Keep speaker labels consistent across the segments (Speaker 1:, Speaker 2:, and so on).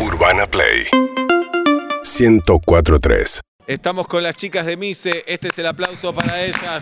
Speaker 1: Urbana Play 1043.
Speaker 2: Estamos con las chicas de Mise. Este es el aplauso para ellas.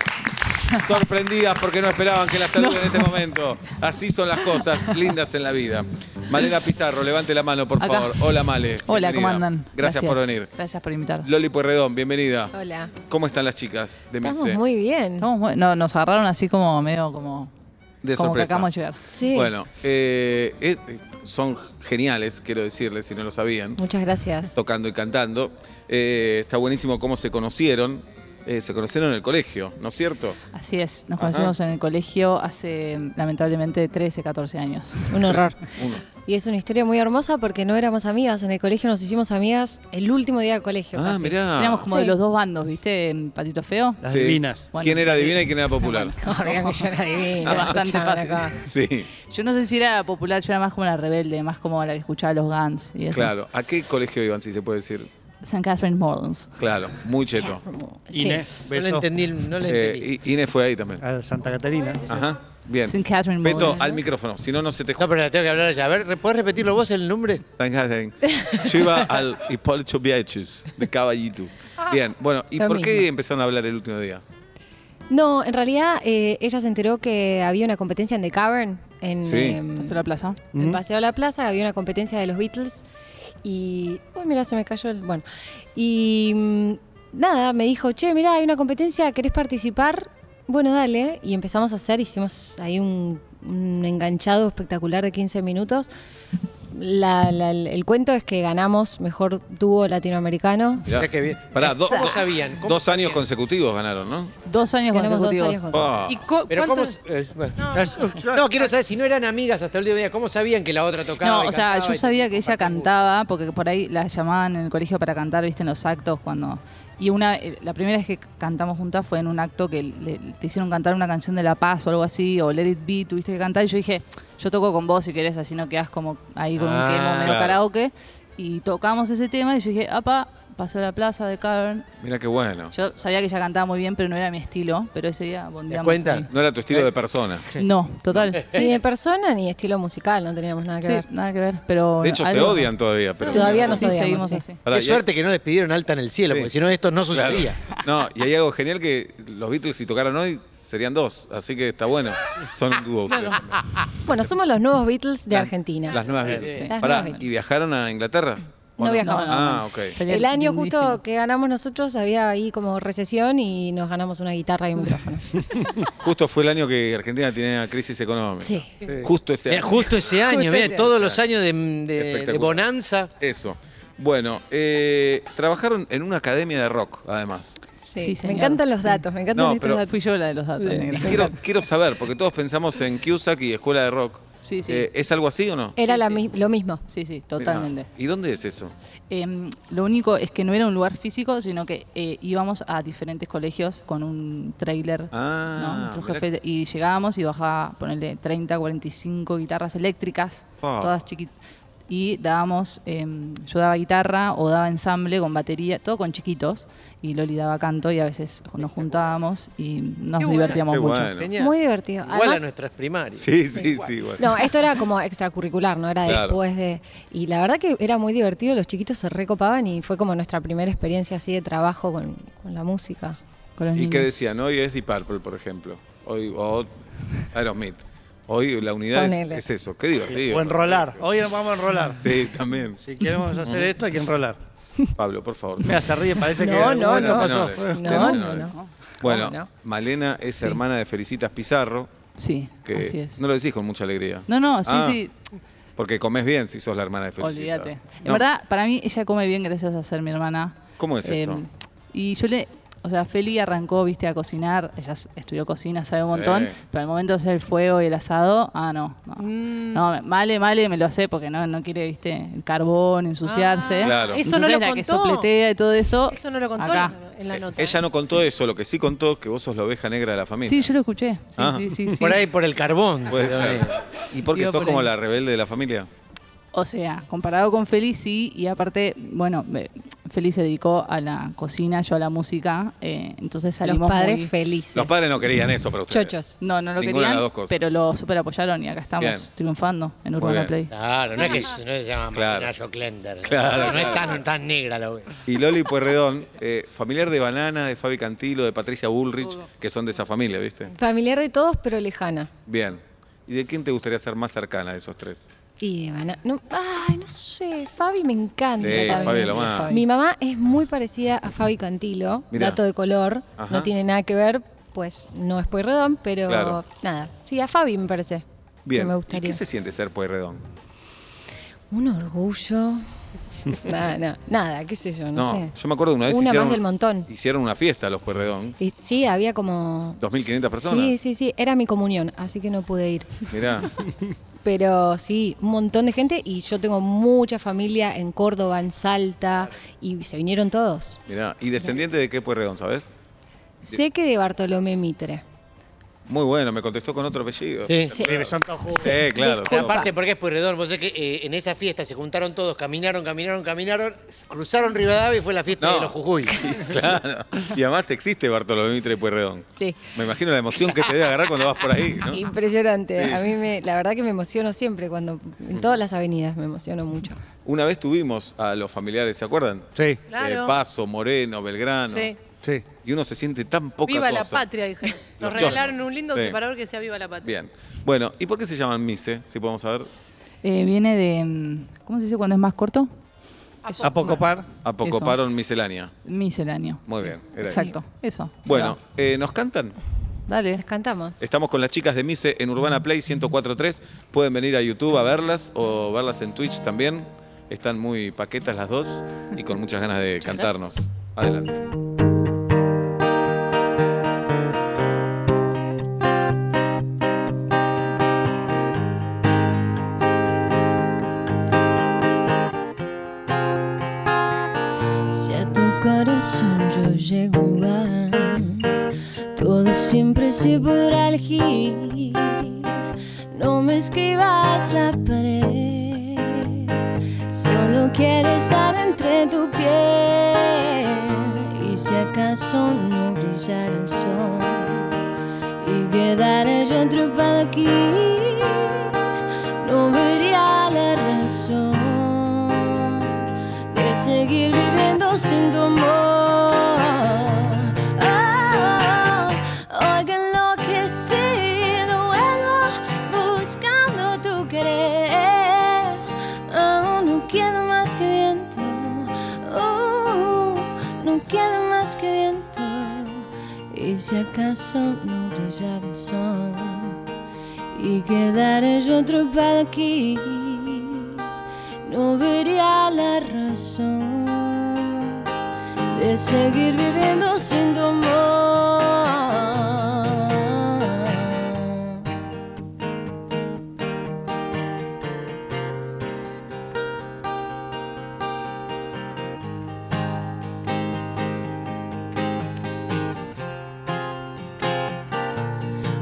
Speaker 2: Sorprendidas porque no esperaban que las saluden en este momento. Así son las cosas lindas en la vida. Malena Pizarro, levante la mano, por
Speaker 3: Acá.
Speaker 2: favor. Hola, Male.
Speaker 3: Hola,
Speaker 2: bienvenida.
Speaker 3: ¿cómo andan?
Speaker 2: Gracias, por venir.
Speaker 3: Gracias por invitar.
Speaker 2: Loli Puerredón, bienvenida.
Speaker 4: Hola.
Speaker 2: ¿Cómo están las chicas de Mise?
Speaker 4: Estamos muy bien.
Speaker 3: Estamos muy- no, nos agarraron así como medio como,
Speaker 2: de
Speaker 3: como que
Speaker 2: sorpresa.
Speaker 3: acabamos de llegar.
Speaker 4: Sí.
Speaker 2: Bueno, eh, eh, son geniales, quiero decirles, si no lo sabían.
Speaker 4: Muchas gracias.
Speaker 2: tocando y cantando. Eh, está buenísimo cómo se conocieron. Eh, se conocieron en el colegio, ¿no es cierto?
Speaker 3: Así es, nos
Speaker 2: Ajá.
Speaker 3: conocimos en el colegio hace lamentablemente 13, 14 años.
Speaker 4: Un horror.
Speaker 2: Uno.
Speaker 4: Y es una historia muy hermosa porque no éramos amigas. En el colegio nos hicimos amigas el último día de colegio.
Speaker 2: Ah,
Speaker 4: casi.
Speaker 2: mirá.
Speaker 3: Éramos como de
Speaker 4: Sí.
Speaker 3: los dos bandos, ¿viste? Patito Feo.
Speaker 5: Las
Speaker 2: Sí.
Speaker 5: divinas.
Speaker 3: Bueno,
Speaker 2: ¿Quién era
Speaker 3: sí.
Speaker 2: divina y quién era popular?
Speaker 4: No, mirá que yo era divina.
Speaker 3: Es bastante
Speaker 4: Ah, escuchame
Speaker 3: fácil.
Speaker 4: acá.
Speaker 2: Sí,
Speaker 3: Yo no sé si era popular, yo era más como la rebelde, más como la que escuchaba los Guns y eso.
Speaker 2: claro. ¿A qué colegio iban, si se puede decir?
Speaker 3: St. Catherine Morlands.
Speaker 2: Claro, muy cheto.
Speaker 4: Sí.
Speaker 5: Inés,
Speaker 6: No
Speaker 5: beso
Speaker 6: le entendí, el- no le entendí.
Speaker 2: Eh, I- Inés fue ahí también.
Speaker 5: a Santa Catarina.
Speaker 2: Ajá, bien.
Speaker 3: St. Catherine
Speaker 2: Beto,
Speaker 3: Morlands.
Speaker 2: al micrófono, si no, no se te
Speaker 6: no,
Speaker 2: ju-
Speaker 6: pero le tengo que hablar allá. A ver, ¿puedes repetirlo vos el nombre?
Speaker 2: Yo iba al Hipólito Viachus, de Caballito. Bien, bueno, ¿y
Speaker 4: Lo
Speaker 2: por qué
Speaker 4: mismo.
Speaker 2: empezaron a hablar el último día?
Speaker 4: No, en realidad eh, ella se enteró que había una competencia en The Cavern. En,
Speaker 2: Sí.
Speaker 4: em,
Speaker 3: ¿Pasó la plaza?
Speaker 4: En Paseo a la Plaza había una competencia de los Beatles y. Uy, mira, se me cayó el. Bueno. Y. mm, Nada, me dijo, che, mira, hay una competencia, ¿querés participar? Bueno, dale. Y empezamos a hacer, hicimos ahí un, un enganchado espectacular de 15 minutos. La- la- el, el cuento es que ganamos mejor dúo latinoamericano.
Speaker 2: Mirá.
Speaker 6: Mirá qué bien.
Speaker 2: Pará, do-
Speaker 6: ¿Cómo
Speaker 2: do-
Speaker 6: sabían? ¿Cómo
Speaker 2: dos años
Speaker 6: sabían?
Speaker 2: consecutivos ganaron, ¿no?
Speaker 3: Dos años
Speaker 4: Tenemos dos
Speaker 3: consecutivos.
Speaker 4: años consecutivos.
Speaker 2: Ah.
Speaker 6: ¿Y co-
Speaker 5: Pero
Speaker 6: cuánto-
Speaker 5: cómo-
Speaker 6: eh, bueno. no, quiero saber si no eran amigas hasta el último día. ¿Cómo sabían que la otra tocaba?
Speaker 3: No,
Speaker 6: y
Speaker 3: o sea,
Speaker 6: cantaba
Speaker 3: yo
Speaker 6: y
Speaker 3: sabía que ella
Speaker 6: compartían gusto?
Speaker 3: cantaba, porque por ahí la llamaban en el colegio para cantar, viste, en los actos cuando... Y una, eh, la primera vez que cantamos juntas fue en un acto que le- te hicieron cantar una canción de La Paz o algo así, o Let It Be, tuviste que cantar, y yo dije, yo toco con vos si querés, así no quedás como ahí con
Speaker 6: Ah,
Speaker 3: un quemo medio
Speaker 2: claro.
Speaker 3: karaoke. Y tocamos ese tema y yo dije, apa, pasó la plaza de Cavern.
Speaker 2: Mira qué bueno.
Speaker 3: Yo sabía que ella cantaba muy bien, pero no era mi estilo, pero ese día bondeamos.
Speaker 6: cuenta?
Speaker 3: ahí.
Speaker 2: No era tu estilo de persona.
Speaker 3: No, total.
Speaker 4: Ni de persona ni estilo musical, no teníamos nada que
Speaker 3: Sí,
Speaker 4: ver.
Speaker 3: nada que ver, pero...
Speaker 2: De hecho, se
Speaker 3: algo-
Speaker 2: odian todavía. Pero
Speaker 4: Todavía nos
Speaker 3: Sí,
Speaker 4: odiamos,
Speaker 3: seguimos
Speaker 4: sí.
Speaker 3: así.
Speaker 2: Pará,
Speaker 6: Qué
Speaker 2: y-
Speaker 6: suerte que no les pidieron alta en el cielo,
Speaker 2: Sí.
Speaker 6: porque si no, esto no
Speaker 2: claro.
Speaker 6: sucedía.
Speaker 2: No, y hay algo genial que los Beatles si tocaran hoy serían dos, así que está bueno. Son un dúo. creo.
Speaker 4: Bueno, somos los nuevos Beatles de
Speaker 2: Las-
Speaker 4: Argentina.
Speaker 2: Las nuevas Beatles.
Speaker 4: Sí. Las
Speaker 2: Pará,
Speaker 4: nuevas Beatles.
Speaker 2: ¿y viajaron a Inglaterra? ¿O
Speaker 4: No viajamos.
Speaker 2: Ah, ok.
Speaker 3: Sería
Speaker 4: El año
Speaker 3: lindísimo.
Speaker 4: justo que ganamos nosotros había ahí como recesión y nos ganamos una guitarra y un micrófono.
Speaker 2: Justo fue el año que Argentina tenía crisis económica.
Speaker 4: Sí.
Speaker 2: Justo ese
Speaker 6: Mirá,
Speaker 2: año.
Speaker 6: justo ese año, mirá, todos los años de, de- de
Speaker 2: Espectacular.
Speaker 6: bonanza.
Speaker 2: Eso. Bueno, eh, trabajaron en una academia de rock, además.
Speaker 3: Sí,
Speaker 4: me
Speaker 3: señor.
Speaker 4: encantan los datos, me encantan
Speaker 2: No,
Speaker 4: estos
Speaker 2: pero-
Speaker 4: datos.
Speaker 3: Fui yo la de los datos,
Speaker 4: Sí.
Speaker 3: negra.
Speaker 2: Quiero, quiero saber, porque todos pensamos en CUSAC y escuela de rock.
Speaker 3: Sí, sí.
Speaker 2: Eh, ¿Es algo así o no?
Speaker 4: Era la mi- lo mismo.
Speaker 3: Sí, sí, totalmente.
Speaker 2: Mirá, ¿Y dónde es eso?
Speaker 3: Eh, lo único es que no era un lugar físico, sino que eh, íbamos a diferentes colegios con un trailer.
Speaker 2: Ah,
Speaker 3: ¿no? Nuestro
Speaker 2: mirá.
Speaker 3: jefe, y llegábamos y bajaba, ponerle 30, 45 guitarras eléctricas,
Speaker 2: Pa.
Speaker 3: todas chiquitas. Y dábamos, eh, yo daba guitarra o daba ensamble con batería, todo con chiquitos. Y Loli daba canto y a veces nos juntábamos y nos divertíamos
Speaker 2: Qué
Speaker 3: mucho.
Speaker 2: bueno.
Speaker 6: Genial.
Speaker 4: Muy divertido.
Speaker 6: Igual a
Speaker 4: Además-
Speaker 6: nuestras primarias.
Speaker 2: Sí, sí, sí. bueno.
Speaker 4: No, esto era como extracurricular, no era
Speaker 2: Claro.
Speaker 4: después de... Y la verdad que era muy divertido, los chiquitos se recopaban y fue como nuestra primera experiencia así de trabajo con, con la música.
Speaker 3: con los
Speaker 2: ¿Y qué
Speaker 3: niños.
Speaker 2: decían? Hoy es Deep Purple, por ejemplo. Hoy, o Aerosmith. Hoy la unidad es,
Speaker 4: Ponele.
Speaker 2: es eso. Qué divertido.
Speaker 5: O enrolar. Hoy nos vamos a enrolar.
Speaker 2: Sí, también.
Speaker 5: Si queremos hacer esto, hay que enrolar.
Speaker 2: Pablo, por favor.
Speaker 5: Me hace ríe, parece que.
Speaker 4: No, no,
Speaker 5: bueno,
Speaker 4: no.
Speaker 5: pasó.
Speaker 2: No,
Speaker 4: No,
Speaker 2: no,
Speaker 4: no,
Speaker 2: no.
Speaker 3: ¿eh?
Speaker 4: no.
Speaker 2: Bueno,
Speaker 4: ¿Cómo no?
Speaker 2: Malena es
Speaker 3: Sí.
Speaker 2: hermana de Felicitas Pizarro.
Speaker 3: Sí,
Speaker 2: Que
Speaker 3: así es.
Speaker 2: No lo decís con mucha alegría.
Speaker 3: No, no, sí,
Speaker 2: Ah,
Speaker 3: sí,
Speaker 2: Porque comes bien si sos la hermana de Felicitas.
Speaker 3: olvídate. En
Speaker 2: No,
Speaker 3: verdad, para mí ella come bien gracias a ser mi hermana.
Speaker 2: ¿Cómo es
Speaker 3: Eh,
Speaker 2: esto?
Speaker 3: Y yo le, o sea, Feli arrancó, viste, a cocinar, ella s- estudió cocina, sabe un
Speaker 2: Sí.
Speaker 3: montón, pero al momento de hacer el fuego y el asado, ah, no, no.
Speaker 7: Mm.
Speaker 3: No, male, male, me lo hace porque no, no quiere, viste, el carbón, ensuciarse.
Speaker 2: Claro.
Speaker 7: Ah. Eso no
Speaker 3: Entonces,
Speaker 7: lo
Speaker 3: la
Speaker 7: contó.
Speaker 3: que sopletea y todo eso.
Speaker 7: Eso no lo contó
Speaker 3: acá.
Speaker 7: en la nota. ¿eh?
Speaker 2: Ella no contó eso, lo que sí contó es que vos sos la oveja negra de la familia.
Speaker 3: Sí, yo lo escuché. Sí,
Speaker 2: Ah.
Speaker 3: sí, sí, sí.
Speaker 6: Por ahí, por el carbón.
Speaker 2: Puede ser. ¿Y por qué
Speaker 3: Iba
Speaker 2: sos
Speaker 3: por
Speaker 2: como
Speaker 3: ahí.
Speaker 2: la rebelde de la familia?
Speaker 3: O sea, comparado con Feli, sí, y aparte, bueno, me- Feli se dedicó a la cocina, yo a la música. eh, entonces
Speaker 4: Los
Speaker 3: salimos
Speaker 4: padres
Speaker 3: muy-
Speaker 4: felices.
Speaker 2: Los padres no querían eso para ustedes.
Speaker 4: Chochos.
Speaker 3: No, no
Speaker 2: Ninguna
Speaker 3: lo
Speaker 2: de
Speaker 3: querían,
Speaker 2: las dos cosas.
Speaker 3: pero lo super apoyaron y acá estamos
Speaker 2: Bien.
Speaker 3: triunfando en
Speaker 2: Muy
Speaker 3: Urbana
Speaker 2: bien.
Speaker 3: Play.
Speaker 6: Claro, no es que no se llama
Speaker 2: Claro.
Speaker 6: Marina Jo Klender.
Speaker 2: Claro,
Speaker 6: No es
Speaker 2: claro.
Speaker 6: tan, tan negra la
Speaker 2: Y Loli Puerredón, eh, familiar de Banana, de Fabi Cantilo, de Patricia Bullrich, que son de esa familia, ¿viste?
Speaker 4: Familiar de todos, pero lejana.
Speaker 2: Bien. ¿Y de quién te gustaría ser más cercana de esos tres?
Speaker 4: Y de banana. No, ay, no sé. Fabi me encanta.
Speaker 2: Sí, Fabi es lo más.
Speaker 4: Mi mamá es muy parecida a Fabi Cantilo,
Speaker 2: Mirá.
Speaker 4: dato de color.
Speaker 2: Ajá.
Speaker 4: No tiene nada que ver, pues no es Pueyrredón, pero
Speaker 2: Claro.
Speaker 4: nada. Sí, a Fabi me parece.
Speaker 2: Bien.
Speaker 4: Que me
Speaker 2: ¿Y
Speaker 4: gustaría.
Speaker 2: qué se siente ser Pueyrredón?
Speaker 4: Un orgullo. nada, nada, nada, qué sé yo, no,
Speaker 2: No,
Speaker 4: sé.
Speaker 2: yo me acuerdo una vez
Speaker 4: Una
Speaker 2: hicieron,
Speaker 4: más del montón.
Speaker 2: hicieron una fiesta a los Pueyrredón.
Speaker 4: Y sí, había como...
Speaker 2: 2.500 personas.
Speaker 4: Sí, sí, sí. Era mi comunión, así que no pude ir.
Speaker 2: Mirá,
Speaker 4: Pero sí, un montón de gente y yo tengo mucha familia en Córdoba, en Salta, y se vinieron todos.
Speaker 2: mirá. ¿Y descendiente de qué Pueyrredón, sabes?
Speaker 4: Sé que de Bartolomé Mitre.
Speaker 2: Muy bueno, me contestó con otro apellido.
Speaker 4: Sí.
Speaker 5: Vive Santa Ju-
Speaker 2: Sí, claro.
Speaker 6: Y
Speaker 4: Disculpa.
Speaker 2: todo.
Speaker 6: aparte, porque es Pueyrredón, vos sabés que eh, en esa fiesta se juntaron todos, caminaron, caminaron, caminaron, cruzaron Rivadavia y fue la fiesta
Speaker 2: No.
Speaker 6: de los Jujuy.
Speaker 2: Claro. Y además existe Bartolomé Mitre y Pueyrredón.
Speaker 4: Sí.
Speaker 2: Me imagino la emoción que te debe agarrar cuando vas por ahí, ¿no?
Speaker 4: Impresionante.
Speaker 2: Sí. Mm.
Speaker 4: A mí me, la verdad que me emociono siempre cuando en todas las avenidas me emociono mucho.
Speaker 2: Una vez tuvimos a los familiares, ¿se acuerdan?
Speaker 5: Sí,
Speaker 1: Claro.
Speaker 2: Eh, Paso, Moreno, Belgrano.
Speaker 1: Sí.
Speaker 5: sí.
Speaker 2: Y uno se siente tan poca
Speaker 1: Viva
Speaker 2: cosa.
Speaker 1: la patria, dijeron.
Speaker 2: Los
Speaker 1: Nos regalaron
Speaker 2: chorros.
Speaker 1: un lindo
Speaker 2: Sí.
Speaker 1: separador que sea Viva la patria.
Speaker 2: Bien. Bueno, ¿y por qué se llaman Mise? Si podemos saber.
Speaker 3: Eh, viene de. mm, ¿Cómo se dice cuando es más corto?
Speaker 5: A poco par.
Speaker 2: Apocoparon Miscelánea.
Speaker 3: Misceláneo.
Speaker 2: Muy bien, era eso.
Speaker 3: Exacto, eso.
Speaker 2: Bueno, eh, ¿nos cantan?
Speaker 3: Dale.
Speaker 4: Les cantamos.
Speaker 2: Estamos con las chicas de Mise en Urbana Play 1043. Pueden venir a YouTube a verlas o verlas en Twitch también. Están muy paquetas las dos y con muchas ganas de cantarnos. Adelante.
Speaker 4: Si a tu corazón yo llego a todo siempre se podrá elegir. No me escribas la pared, solo quiero estar entre tu piel. Y si acaso no brillara el sol y quedara yo atrapada aquí, no vería la razón de seguir viviendo sin tu amor. Oh, oigan lo que sí, vuelvo buscando tu querer. Oh, no queda más que viento, Oh, no queda más que viento. Y si acaso no brillara el sol y quedaré yo atrapada aquí no vería la razón de seguir viviendo sin tu amor.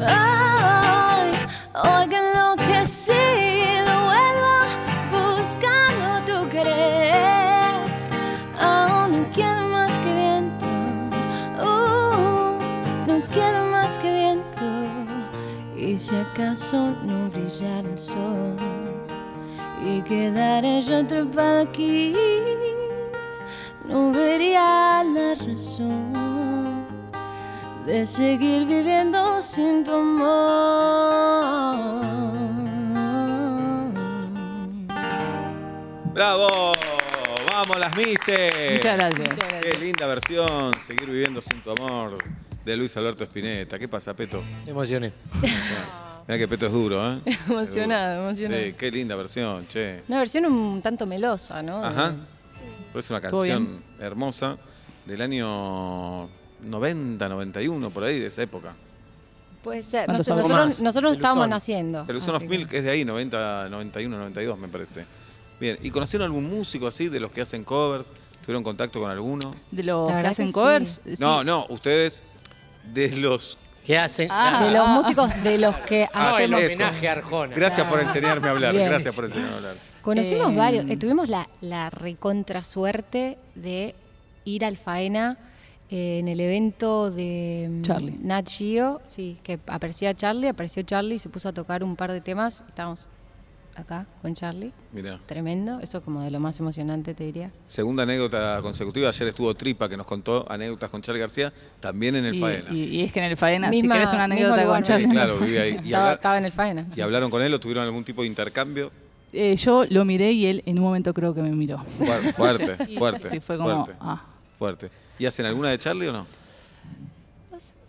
Speaker 4: Ay, oigan lo que sí, vuelvo buscando tu querer. Aún no queda más que viento, uh, no queda más que viento. Y si acaso no brillara el sol y quedaré yo atrapada aquí, no vería la razón de seguir viviendo sin tu amor.
Speaker 2: ¡Bravo! ¡Vamos las Mises!
Speaker 3: Muchas gracias.
Speaker 2: Qué linda versión, Seguir viviendo sin tu amor, de Luis Alberto Spinetta. ¿Qué pasa, Peto?
Speaker 6: Me emocioné.
Speaker 2: Mira que Peto es duro, ¿eh?
Speaker 4: Emocionado, emocionado.
Speaker 2: Sí, qué linda versión, che.
Speaker 4: Una versión un tanto melosa, ¿no?
Speaker 2: Ajá. Pero es una
Speaker 3: Estuvo
Speaker 2: canción hermosa del año 90, 91, por ahí, de esa época.
Speaker 4: Puede ser.
Speaker 3: ¿Cuántos
Speaker 4: Nos-
Speaker 3: son?
Speaker 4: nosotros
Speaker 2: Más.
Speaker 4: nosotros estábamos
Speaker 2: Ilusión.
Speaker 4: naciendo.
Speaker 2: El Son
Speaker 4: así
Speaker 2: of
Speaker 4: que-
Speaker 2: Milk es de ahí, 90, 91, 92, me parece. Bien, ¿y conocieron algún músico así de los que hacen covers? ¿Tuvieron contacto con alguno?
Speaker 3: De
Speaker 4: La
Speaker 3: los que
Speaker 4: verdad
Speaker 3: hacen
Speaker 4: que
Speaker 3: covers.
Speaker 4: sí.
Speaker 3: sí.
Speaker 2: No, no, ustedes de los
Speaker 6: que hacen.
Speaker 3: Ah.
Speaker 6: Claro.
Speaker 1: De los músicos de los que
Speaker 2: Ah,
Speaker 6: No, el
Speaker 1: hacemos.
Speaker 2: eso.
Speaker 6: homenaje a Arjona.
Speaker 2: Gracias por enseñarme a hablar.
Speaker 1: Bien.
Speaker 2: Gracias por enseñarme a hablar.
Speaker 4: Conocimos
Speaker 3: Eh,
Speaker 4: varios. Eh, tuvimos la, la recontra suerte de ir al Faena eh, en el evento de mm,
Speaker 3: Charlie.
Speaker 4: Nat Geo, sí, que aparecía Charlie, apareció Charlie, se puso a tocar un par de temas. Estábamos acá con Charlie.
Speaker 2: Mira.
Speaker 4: Tremendo, eso como de lo más emocionante te diría.
Speaker 2: Segunda anécdota consecutiva. Ayer estuvo Tripa que nos contó anécdotas con Charlie García, también en el
Speaker 3: y,
Speaker 2: Faena.
Speaker 3: y- y es que en el Faena,
Speaker 4: Misma-
Speaker 3: si querés una
Speaker 4: mismo
Speaker 3: anécdota
Speaker 4: lugar.
Speaker 3: con Charlie.
Speaker 2: Sí, claro, vive ahí. Y,
Speaker 4: Estaba,
Speaker 2: habla-
Speaker 4: estaba en el Faena.
Speaker 2: y hablaron con él o tuvieron algún tipo de intercambio.
Speaker 3: Eh, yo lo miré y él en un momento creo que me miró.
Speaker 2: Fuer- Fuerte, fuerte.
Speaker 3: Sí, fue como,
Speaker 2: Fuerte,
Speaker 3: ah.
Speaker 2: fuerte. ¿Y hacen alguna de Charlie o no?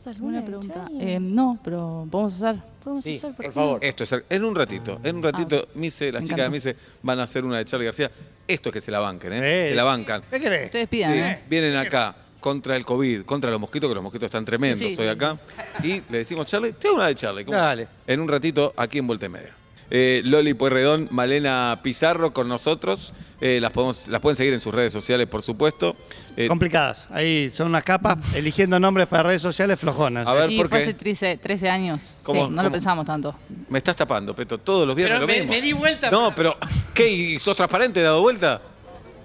Speaker 4: ¿Alguna
Speaker 3: Una
Speaker 4: de
Speaker 3: pregunta.
Speaker 4: Charlie?
Speaker 3: Eh, no, pero podemos hacer.
Speaker 4: Podemos
Speaker 6: Sí,
Speaker 4: hacer,
Speaker 6: por
Speaker 4: qué no?
Speaker 6: favor.
Speaker 2: Esto es en un ratito, en un ratito, Mise, las
Speaker 3: Ah, Me
Speaker 2: chicas de
Speaker 3: encantó.
Speaker 2: Mise van a hacer una de Charlie García. Esto es que se la banquen, ¿eh?
Speaker 5: Eh.
Speaker 2: Se la bancan.
Speaker 5: ¿Qué querés?
Speaker 3: Ustedes pidan,
Speaker 2: Sí,
Speaker 3: ¿eh?
Speaker 2: Vienen acá contra el COVID, contra los mosquitos, que los mosquitos están tremendos
Speaker 3: Sí, sí.
Speaker 2: hoy acá. Y le decimos, Charlie, te hago una de Charlie. ¿cómo?
Speaker 6: Dale.
Speaker 2: En un ratito, aquí en Vuelta y Media. Eh, Loli Puerredón, Malena Pizarro con nosotros. Eh, las, podemos- las pueden seguir en sus redes sociales, por supuesto. Eh,
Speaker 5: Complicadas. Ahí son unas capas eligiendo nombres para redes sociales flojonas.
Speaker 2: a ver,
Speaker 3: Y
Speaker 2: por
Speaker 3: fue hace
Speaker 2: qué.
Speaker 3: 13, 13 años.
Speaker 2: ¿Cómo-
Speaker 3: sí, no
Speaker 2: cómo?
Speaker 3: lo pensamos tanto.
Speaker 2: Me estás tapando, Peto. Todos los viernes
Speaker 6: Pero
Speaker 2: lo
Speaker 6: me-
Speaker 2: mismo.
Speaker 6: me di vuelta.
Speaker 2: No, pero. ¿Qué? ¿Y ¿Sos transparente? ¿Dado vuelta?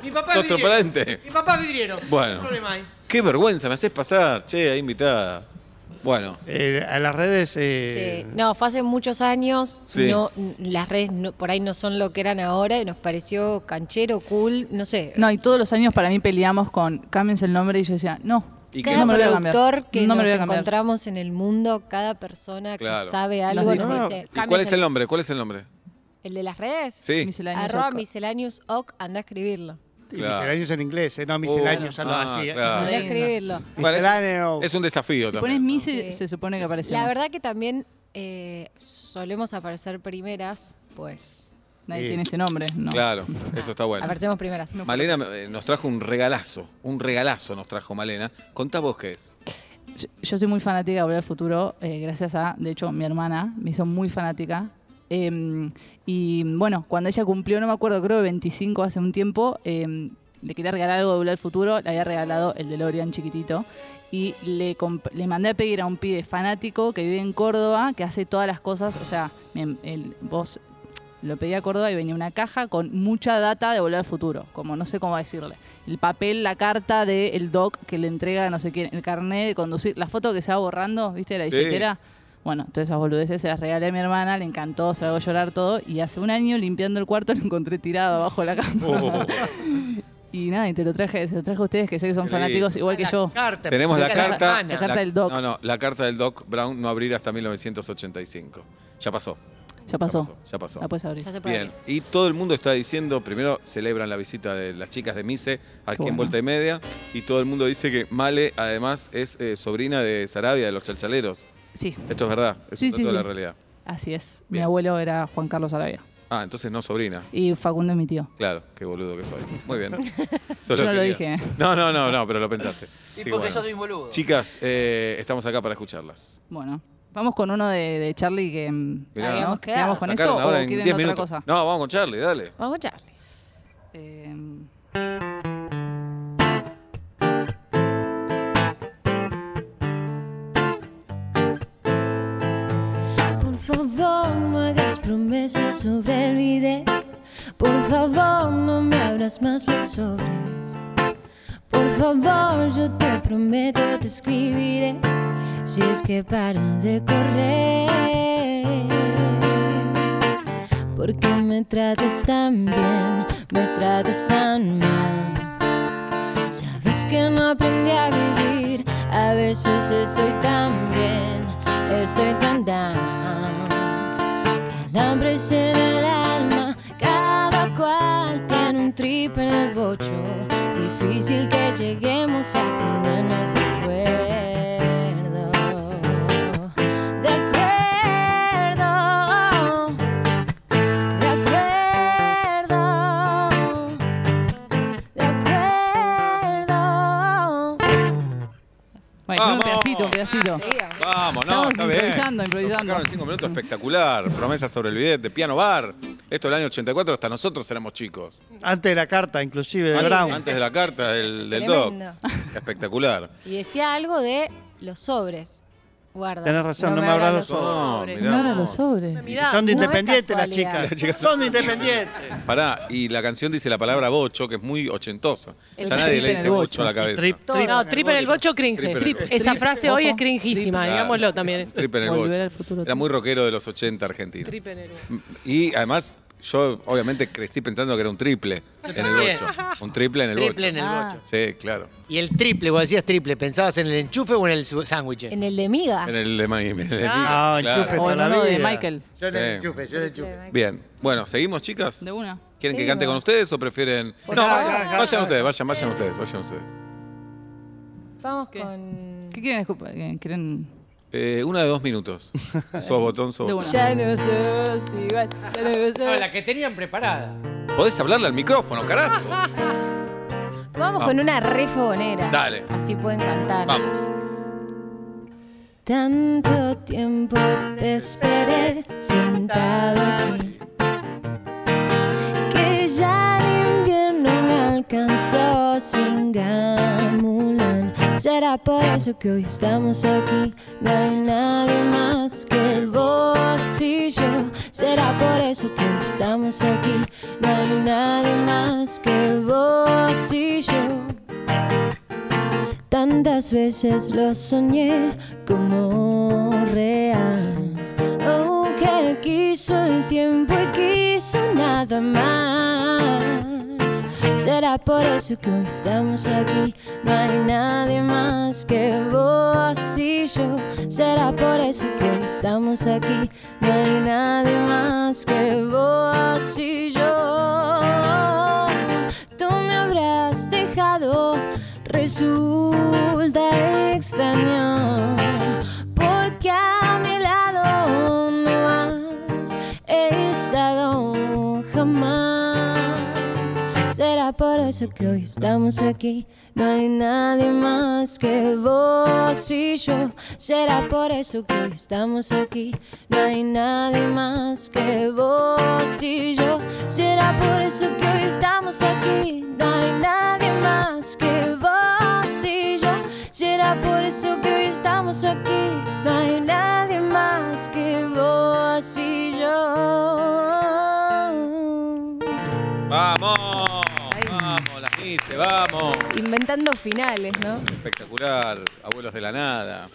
Speaker 6: Mi papá
Speaker 2: Sos
Speaker 6: es vidriero.
Speaker 2: transparente.
Speaker 6: Mi papá es vidriero.
Speaker 2: Bueno.
Speaker 6: No problema hay.
Speaker 2: Qué vergüenza, me haces pasar. Che, ahí invitada. Bueno.
Speaker 5: Eh, a las redes. eh,
Speaker 4: Sí. No, fue hace muchos años.
Speaker 2: Sí.
Speaker 4: No, n- las redes no- por ahí no son lo que eran ahora y nos pareció canchero, cool, no sé.
Speaker 3: No, y todos los años para mí peleamos con cámbiense el nombre y yo decía, no.
Speaker 2: Y
Speaker 4: cada
Speaker 2: que no me lo
Speaker 4: productor que
Speaker 3: no me lo
Speaker 4: nos
Speaker 3: voy a cambiar.
Speaker 4: encontramos en el mundo, cada persona
Speaker 2: Claro. "Ah,
Speaker 4: que sabe
Speaker 3: Nos
Speaker 4: algo
Speaker 3: dijo.
Speaker 4: nos
Speaker 5: No, no.
Speaker 4: dice.
Speaker 2: ¿Y cuál
Speaker 4: "Cámbiense
Speaker 2: es el nombre? ¿Cuál es el nombre?
Speaker 4: ¿El de las redes?
Speaker 2: Sí. Ah,
Speaker 3: Misceláneos
Speaker 4: Arroba
Speaker 3: Oca.
Speaker 4: miscellaneous oc, anda a escribirlo.
Speaker 5: y
Speaker 2: Claro.
Speaker 5: Misceláneos en inglés, eh, no eh. misceláneos, ya lo
Speaker 2: Ah,
Speaker 5: hacía.
Speaker 2: claro.
Speaker 4: Anda a
Speaker 3: Sí.
Speaker 4: escribirlo.
Speaker 2: Bueno, es-
Speaker 5: Misceláneo.
Speaker 2: es, un desafío
Speaker 3: Si pones
Speaker 2: también.
Speaker 3: mi,
Speaker 2: ¿no?
Speaker 3: se, se supone que aparece.
Speaker 4: La
Speaker 3: más.
Speaker 4: verdad que también eh, solemos aparecer primeras, pues.
Speaker 3: Nadie
Speaker 5: Sí.
Speaker 3: tiene ese nombre, ¿no?
Speaker 2: Claro, eso está bueno.
Speaker 4: Aparecemos primeras.
Speaker 2: Malena eh, nos trajo un regalazo, un regalazo nos trajo Malena. Contá vos qué es.
Speaker 3: Yo, yo soy muy fanática de Volver al Futuro, eh, gracias a, de hecho, mi hermana me hizo muy fanática. Eh, y bueno, cuando ella cumplió, no me acuerdo, creo que 25 hace un tiempo, eh, le quería regalar algo de Volver al Futuro, le había regalado el DeLorean chiquitito. Y le, comp- le mandé a pedir a un pibe fanático que vive en Córdoba, que hace todas las cosas, o sea, me- el- vos lo pedí a Córdoba y venía una caja con mucha data de Volver al Futuro, como no sé cómo decirle. El papel, la carta del doc que le entrega no sé quién, el carnet de conducir, la foto que se va borrando, ¿viste? de La
Speaker 2: Sí.
Speaker 3: billetera. Bueno, todas esas boludeces se las regalé a mi hermana, le encantó, se lo hago llorar todo. Y hace un año, limpiando el cuarto, lo encontré tirado abajo de la cama. Y nada, y te lo traje, se lo traje a ustedes que sé que son
Speaker 2: Qué lindo.
Speaker 3: fanáticos igual que yo.
Speaker 6: Carta,
Speaker 2: Tenemos la
Speaker 6: porque
Speaker 2: carta,
Speaker 6: hermana.
Speaker 3: La carta del Doc.
Speaker 2: No, no, la carta del Doc Brown no abrir hasta 1985. Ya pasó.
Speaker 3: Ya pasó. Ah, pues,
Speaker 2: pasó, ya pasó.
Speaker 3: La puedes abrir.
Speaker 4: Ya se puede
Speaker 2: Bien,
Speaker 4: abrir.
Speaker 2: y todo el mundo está diciendo, primero celebran la visita de las chicas de Mise aquí en
Speaker 3: bueno.
Speaker 2: Vuelta y Media, y todo el mundo dice que Male además es eh, sobrina de Sarabia, de los chalchaleros.
Speaker 3: Sí,
Speaker 2: Esto es verdad, es
Speaker 3: Sí,
Speaker 2: un dato
Speaker 3: sí,
Speaker 2: de la
Speaker 3: sí.
Speaker 2: realidad.
Speaker 3: así es. Mi
Speaker 2: Bien.
Speaker 3: abuelo era Juan Carlos Arabia.
Speaker 2: Ah, entonces no sobrina.
Speaker 3: Y Facundo es mi tío.
Speaker 2: Claro, qué boludo que soy. Muy bien.
Speaker 3: Yo
Speaker 2: Solo
Speaker 3: no lo
Speaker 2: quería.
Speaker 3: dije, ¿eh?
Speaker 2: No, no, no, no, pero lo pensaste.
Speaker 7: Y
Speaker 2: Sí,
Speaker 7: porque
Speaker 2: bueno.
Speaker 7: yo soy un boludo.
Speaker 2: Chicas, eh, estamos acá para escucharlas.
Speaker 3: Bueno, vamos con uno de, de Charlie que mm,
Speaker 2: Mirá.
Speaker 3: ¿no?
Speaker 4: Habíamos quedado.
Speaker 3: quedamos con
Speaker 2: Sacaron
Speaker 3: eso o
Speaker 2: ahora en
Speaker 3: quieren
Speaker 2: 10
Speaker 3: otra
Speaker 2: minutos.
Speaker 3: cosa.
Speaker 2: No, vamos con Charlie, dale.
Speaker 4: Vamos, Charlie.
Speaker 3: Eh,
Speaker 4: Por favor, no hagas promesas sobre el video. Por favor, no me abras más los sobres. Por favor, yo te prometo, te escribiré. Si es que paro de correr. Porque me tratas tan bien, me tratas tan mal. Sabes que no aprendí a vivir, a veces estoy tan bien, estoy tan down. Calambres en el alma, cada cual tiene un trip en el bocho. Difícil que lleguemos a ponernos de acuerdo. De acuerdo. De acuerdo. De acuerdo.
Speaker 3: bueno, hicimos un
Speaker 2: ¡Vamos!
Speaker 3: pedacito, un
Speaker 4: Ah,
Speaker 3: pedacito.
Speaker 2: Vamos, no,
Speaker 3: Estamos
Speaker 2: está bien.
Speaker 3: improvisando, improvisando.
Speaker 2: Nos sacaron en cinco minutos espectacular. Promesa sobre el bidet de piano bar. Esto del año 84, hasta nosotros éramos chicos.
Speaker 5: Antes de la carta, inclusive, de
Speaker 4: Sí.
Speaker 5: Brown.
Speaker 2: Antes de la carta del, del doc.
Speaker 4: Tremendo.
Speaker 2: Espectacular.
Speaker 4: Y decía algo de los sobres. Guarda.
Speaker 5: Tenés razón, no me
Speaker 4: abras
Speaker 5: abras
Speaker 4: los
Speaker 5: los
Speaker 4: ojos.
Speaker 2: No,
Speaker 1: Sobre.
Speaker 2: mirá
Speaker 3: No eran
Speaker 2: vos.
Speaker 3: los sobres.
Speaker 1: Mirá,
Speaker 5: Son de
Speaker 4: no es
Speaker 5: independientes las
Speaker 4: casualidad.
Speaker 5: chicas.
Speaker 2: Las chicas
Speaker 5: Son de independientes.
Speaker 2: Pará, y la canción dice la palabra bocho, que es muy ochentosa.
Speaker 3: El
Speaker 2: ya nadie
Speaker 3: trip
Speaker 2: le
Speaker 3: en
Speaker 2: dice
Speaker 3: el
Speaker 2: bocho.
Speaker 3: bocho.
Speaker 2: a la cabeza.
Speaker 5: Trip,
Speaker 1: Todo, no, trip en el bocho cringe.
Speaker 2: Trip en el
Speaker 1: Trip.
Speaker 2: bocho.
Speaker 1: Esa
Speaker 3: Trip,
Speaker 1: frase hoy es
Speaker 3: ojo,
Speaker 1: cringísima,
Speaker 2: trip.
Speaker 1: digámoslo también.
Speaker 2: Ah, Trip en el
Speaker 3: Volver
Speaker 2: bocho.
Speaker 3: al futuro.
Speaker 2: Era muy rockero de los 80 argentino. Mm,
Speaker 1: Trip en el bocho.
Speaker 2: Y además, yo obviamente crecí pensando que era un triple en el
Speaker 6: Bien.
Speaker 2: bocho. Un triple en el
Speaker 6: Triple en
Speaker 2: bocho.
Speaker 6: el
Speaker 3: Ah.
Speaker 6: bocho.
Speaker 2: Sí, claro.
Speaker 6: Y el triple, vos decías triple, ¿pensabas en el enchufe o en el su- sándwich?
Speaker 4: En el de miga.
Speaker 2: En el de Miami. en el de
Speaker 1: Ah.
Speaker 2: Liga,
Speaker 5: Ah,
Speaker 2: claro.
Speaker 5: enchufe.
Speaker 3: O
Speaker 5: toda
Speaker 3: el
Speaker 5: la
Speaker 3: mono de
Speaker 5: vida.
Speaker 3: Michael.
Speaker 6: Yo en
Speaker 2: Sí.
Speaker 6: el enchufe, yo en el enchufe.
Speaker 2: Bien. Bueno, ¿seguimos, chicas?
Speaker 3: De una.
Speaker 2: ¿Quieren que
Speaker 4: Sí,
Speaker 2: cante con
Speaker 4: vamos.
Speaker 2: ustedes o prefieren.?
Speaker 4: Por
Speaker 2: no,
Speaker 4: favor.
Speaker 2: vayan, vayan ustedes, vayan, vayan ustedes, vayan ustedes.
Speaker 4: Vamos
Speaker 3: ¿Qué?
Speaker 4: con.
Speaker 3: ¿Qué quieren? escup- eh, ¿Quieren?
Speaker 2: Eh, una de dos minutos. sos botón, sos
Speaker 3: De
Speaker 2: botón.
Speaker 3: una.
Speaker 4: Ya no sos igual. Ya no sos.
Speaker 6: No, la que tenían preparada.
Speaker 2: Podés hablarle al micrófono, carajo.
Speaker 4: Vamos con una refogonera.
Speaker 2: Dale.
Speaker 4: Así pueden cantar.
Speaker 2: Vamos.
Speaker 4: Tanto tiempo te esperé sentado aquí que ya el invierno me alcanzó sin gamulan. Será por eso que hoy estamos aquí. No hay nadie más que vos y yo. Será por eso que hoy estamos aquí. No hay nadie más que vos y yo. Tantas veces lo soñé como real. Oh, Aunque quiso el tiempo y quiso nada más. Será por eso que hoy estamos aquí. No hay nadie más que vos y yo. Será por eso que hoy estamos aquí. No hay nadie más que vos y yo tú me habrás dejado, resulta extraño, porque a mi lado no has estado jamás. Será por eso que hoy estamos aquí. No hay nadie más que vos y yo. Será por eso que hoy estamos aquí. No hay nadie más que vos y yo. Será por eso que hoy estamos aquí. No hay nadie más que vos y yo. Será por eso que hoy estamos aquí. No hay nadie más que vos y yo.
Speaker 2: Vamos. Vamos, las mises, vamos.
Speaker 4: Inventando finales, ¿no?
Speaker 2: Espectacular. Abuelos de la nada.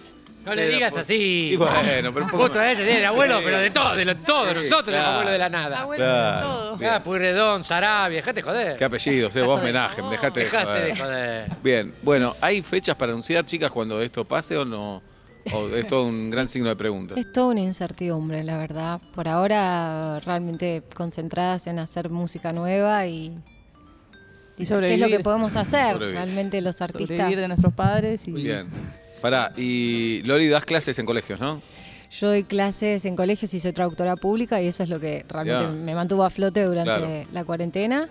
Speaker 6: No le digas así.
Speaker 2: Y bueno, pero un poco
Speaker 6: Vos todavía
Speaker 2: más.
Speaker 6: tenés el abuelo,
Speaker 2: Sí.
Speaker 6: pero de todos, de lo- todos nosotros,
Speaker 2: claro.
Speaker 6: los abuelos de la nada.
Speaker 1: Abuelo
Speaker 2: Claro.
Speaker 1: de todo.
Speaker 2: Bien.
Speaker 6: Ah, Pueyrredón, Sarabia, dejate joder.
Speaker 2: Qué apellidos, eh, vos homenaje, dejate de
Speaker 6: Dejate de
Speaker 2: joder.
Speaker 6: joder.
Speaker 2: Bien, bueno, ¿hay fechas para anunciar, chicas, cuando esto pase o no? ¿O es todo un gran signo de pregunta?
Speaker 4: Es toda una incertidumbre, la verdad. Por ahora, realmente concentradas en hacer música nueva y,
Speaker 3: Y
Speaker 4: qué es
Speaker 3: sobrevivir.
Speaker 4: lo que podemos hacer
Speaker 2: Sobrevivir.
Speaker 4: realmente los artistas.
Speaker 3: Sobrevivir de nuestros padres. Y
Speaker 2: Bien. Pará, y Loli, das clases en colegios, ¿no?
Speaker 4: Yo doy clases en colegios y soy traductora pública y eso es lo que realmente
Speaker 2: Ya.
Speaker 4: me mantuvo a flote durante
Speaker 2: Claro.
Speaker 4: la cuarentena.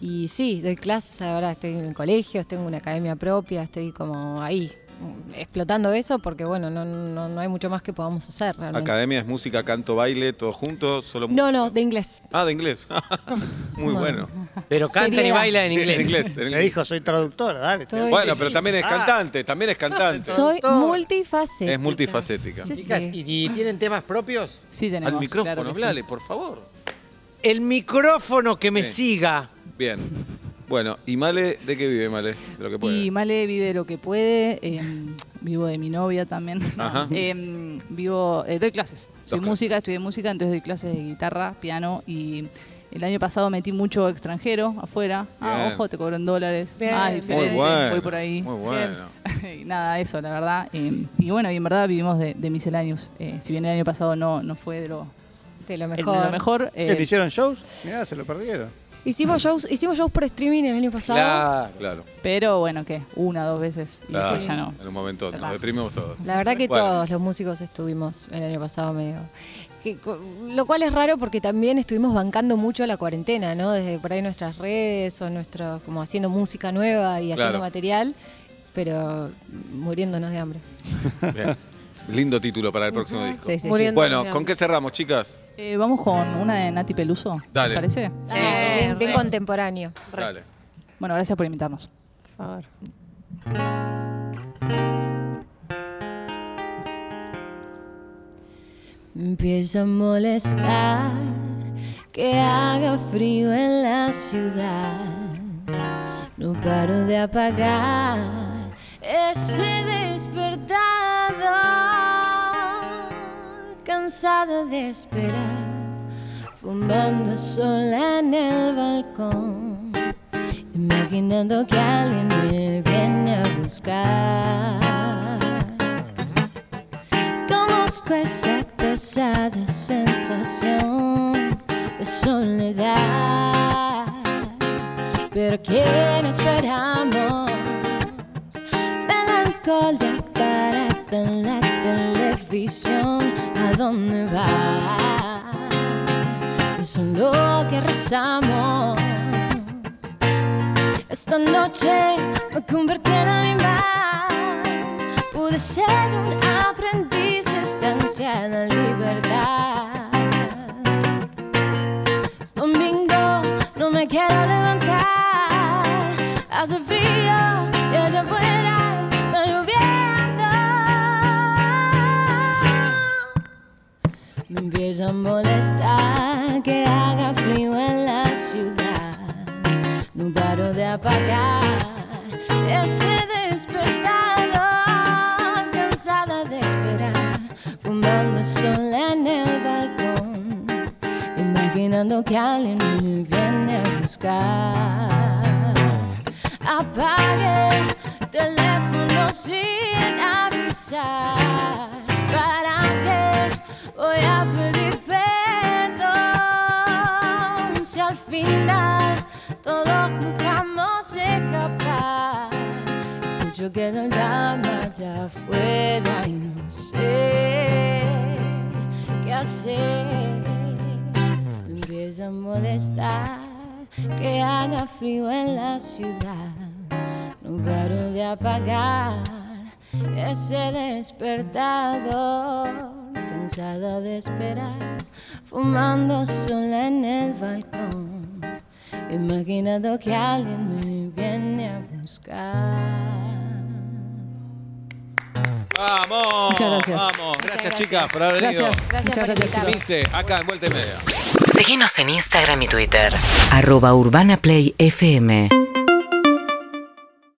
Speaker 4: Y sí, doy clases, ahora estoy en colegios, tengo una academia propia, estoy como ahí mm, explotando eso porque bueno, no, no, no hay mucho más que podamos hacer realmente.
Speaker 2: Academia es música, canto, baile, todo junto, solo mu-
Speaker 4: No, no, de inglés.
Speaker 2: Ah, de inglés. Muy bueno.
Speaker 6: Pero cantan y
Speaker 4: Seriedad.
Speaker 6: bailan en
Speaker 2: En
Speaker 6: inglés.
Speaker 2: inglés. en
Speaker 5: Le
Speaker 2: inglés.
Speaker 5: dijo, soy traductora, dale.
Speaker 4: Todo
Speaker 2: Bueno,
Speaker 4: Sí,
Speaker 2: pero
Speaker 4: sí.
Speaker 2: también es
Speaker 5: Ah.
Speaker 2: cantante, también es cantante.
Speaker 4: Soy
Speaker 5: Traductora.
Speaker 4: multifacética.
Speaker 2: Es multifacética.
Speaker 4: Sí,
Speaker 6: Chicas,
Speaker 4: sí.
Speaker 6: ¿y, y tienen temas propios?
Speaker 3: Sí, tenemos.
Speaker 2: Al micrófono,
Speaker 3: claro que sí.
Speaker 2: hablale, por favor.
Speaker 6: El micrófono que me
Speaker 2: Sí.
Speaker 6: siga.
Speaker 2: Bien. Bueno, ¿y Male de qué vive, Male? De lo que puede.
Speaker 3: Y Male vive lo que puede. em, vivo de mi novia también.
Speaker 2: Ajá.
Speaker 3: Em, vivo, eh, doy clases. Soy
Speaker 2: clases.
Speaker 3: música, estudié música, entonces doy clases de guitarra, piano y el año pasado metí mucho extranjero afuera. Ah,
Speaker 2: Bien.
Speaker 3: ojo, te cobran dólares.
Speaker 1: Bien. Muy
Speaker 3: Ah, es
Speaker 2: Muy
Speaker 3: diferente.
Speaker 2: bueno.
Speaker 3: Voy por ahí.
Speaker 2: Muy bueno.
Speaker 3: Y Nada, eso, la verdad. em, y bueno, y en verdad vivimos de, de misceláneos. Eh, si bien el año pasado no, no fue de lo
Speaker 4: De lo
Speaker 3: el-
Speaker 4: mejor.
Speaker 3: de lo mejor. eh,
Speaker 5: ¿Le hicieron shows? Mirá, se lo perdieron.
Speaker 4: Hicimos shows, hicimos shows por streaming el año pasado.
Speaker 6: Claro.
Speaker 2: Mm. Claro.
Speaker 3: pero bueno, ¿qué? Una, dos veces. Y
Speaker 2: claro.
Speaker 3: ya no.
Speaker 2: En un momento,
Speaker 3: Ya
Speaker 2: nos
Speaker 3: está.
Speaker 2: deprimimos todos.
Speaker 4: La verdad que
Speaker 2: Bueno.
Speaker 4: todos los músicos estuvimos el año pasado medio. que co- lo cual es raro porque también estuvimos bancando mucho la cuarentena, ¿no? Desde por ahí nuestras redes o nuestro, como haciendo música nueva y
Speaker 2: Claro.
Speaker 4: haciendo material, pero muriéndonos de hambre.
Speaker 2: Bien. Lindo título para el próximo disco.
Speaker 4: Sí, sí, sí.
Speaker 1: Muriendo.
Speaker 2: Bueno, ¿con qué cerramos, chicas?
Speaker 3: Eh, vamos con una de Nati Peluso.
Speaker 2: Dale.
Speaker 3: ¿Te parece?
Speaker 4: Ah, bien, bien contemporáneo.
Speaker 2: Dale.
Speaker 3: Bueno, gracias por invitarnos.
Speaker 1: Por favor.
Speaker 4: Empieza a molestar que haga frío en la ciudad. No paro de apagar ese despertador. Cansada de esperar, fumando sola en el balcón. Imaginando que alguien me viene a buscar. Conozco esa pesada sensación de soledad. Pero ¿quién esperamos? Melancolía barata en la televisión. ¿A dónde va? Eso es lo que rezamos. Esta noche me convertí en animal. Pude ser un aprendiz de esta ansiada libertad. Es domingo, no me quiero levantar. Hace frío y allá afuera está lloviendo. Me empieza a molestar que haga frío en la ciudad. No paro de apagar ese despertador. Cansada de esperar, fumando sola en el balcón. Imaginando que alguien me viene a buscar. Apague el teléfono sin avisar. ¿Para qué voy a pedir perdón si al final todo buscamos escapar? Escucho que nos llama allá afuera y no sé qué hacer me empieza a molestar que haga frío en la ciudad. No paro de apagar ese despertador, cansada de esperar, fumando sola en el balcón, imaginando que alguien me viene a buscar.
Speaker 2: ¡Vamos!
Speaker 3: Muchas gracias.
Speaker 2: ¡Vamos! Gracias,
Speaker 4: gracias.
Speaker 2: chicas, por haber venido.
Speaker 3: Gracias.
Speaker 4: Gracias
Speaker 3: Muchas
Speaker 4: por
Speaker 3: gracias, chicos.
Speaker 4: invitarme.
Speaker 2: Mice, acá en Vuelta y Media.
Speaker 1: Síguenos en Instagram y Twitter. Arroba Urbana Play FM.